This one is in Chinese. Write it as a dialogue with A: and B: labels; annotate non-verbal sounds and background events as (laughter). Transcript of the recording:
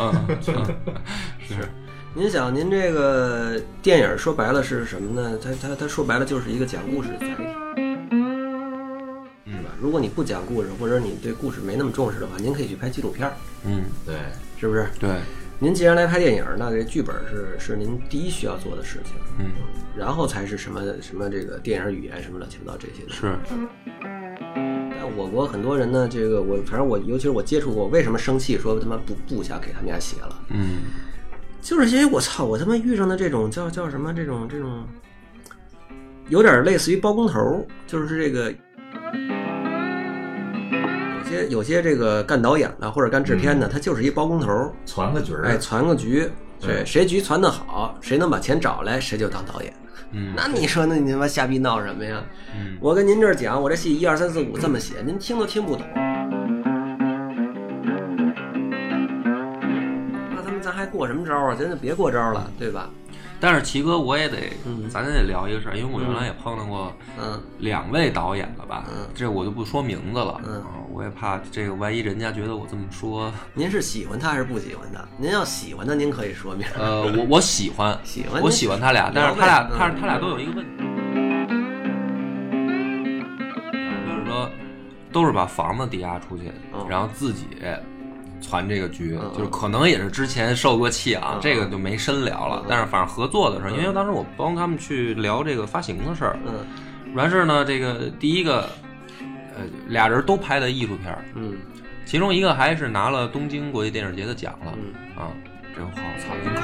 A: 嗯，嗯是
B: 您想，您这个电影说白了是什么呢？它它它说白了就是一个讲故事的载体，是吧？如果你不讲故事，或者你对故事没那么重视的话，您可以去拍纪录片儿，
A: 嗯，
C: 对，
B: 是不是？
A: 对，
B: 您既然来拍电影，那这剧本是是您第一需要做的事情，
A: 嗯，
B: 然后才是什么什么这个电影语言什么乱七八糟这些东西。
A: 是，
B: 但我国很多人呢，这个我反正我，尤其是我接触过，为什么生气说他妈不不想给他们家写了，
A: 嗯
B: 就是因为我操，我他妈遇上的这种叫叫什么这种这种，有点类似于包工头，就是这个。有些有些这个干导演的或者干制片的，他就是一包工头，
C: 嗯攒个局儿，
B: 哎，攒个局，对，
C: 对
B: 谁局攒得好，谁能把钱找来，谁就当导演。
A: 嗯
B: 那你说，那你他妈瞎逼闹什么呀？
A: 嗯
B: 我跟您这儿讲，我这戏一二三四五这么写，您听都听不懂。那他们咱还过什么招啊？咱就别过招了，对吧？
A: 但是齐哥，我也得，
B: 嗯
A: 咱得聊一个事儿，因为我原来也碰到过
B: 嗯
A: 两位导演了吧，
B: 嗯
A: 这我就不说名字了，
B: 嗯
A: 啊我也怕这个万一人家觉得我这么说，
B: 您是喜欢他还是不喜欢他？您要喜欢他，您可以说明。 (laughs)
A: 呃，我我喜欢，
B: 喜欢
A: 我
B: 就
A: 喜欢他俩，
B: 聊
A: 但是他俩
B: 呗，嗯
A: 但是他俩都有一个问题，就是说都是把房子抵押出去，
B: 嗯
A: 然后自己攒这个局，
B: 嗯
A: 就是可能也是之前受过气啊，
B: 嗯
A: 这个就没深聊了。
B: 嗯
A: 但是反正合作的事儿，因为当时我帮他们去聊这个发行的事儿，
B: 嗯
A: 完事儿呢，这个第一个，呃，俩人都拍的艺术片儿，
B: 嗯
A: 其中一个还是拿了东京国际电影节的奖了。
B: 嗯，
A: 啊，这我好操，已经